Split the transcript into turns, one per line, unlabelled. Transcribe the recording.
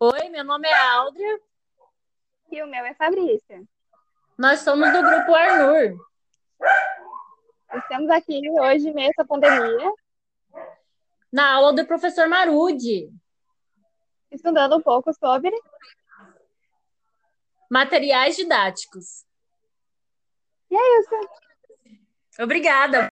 Oi, meu nome é Áudria.
E o meu é Fabrícia.
Nós somos do grupo Arnur.
Estamos aqui hoje, em meio à pandemia,
Na aula do professor Marudi.
estudando um pouco sobre
Materiais didáticos.
isso.
Obrigada.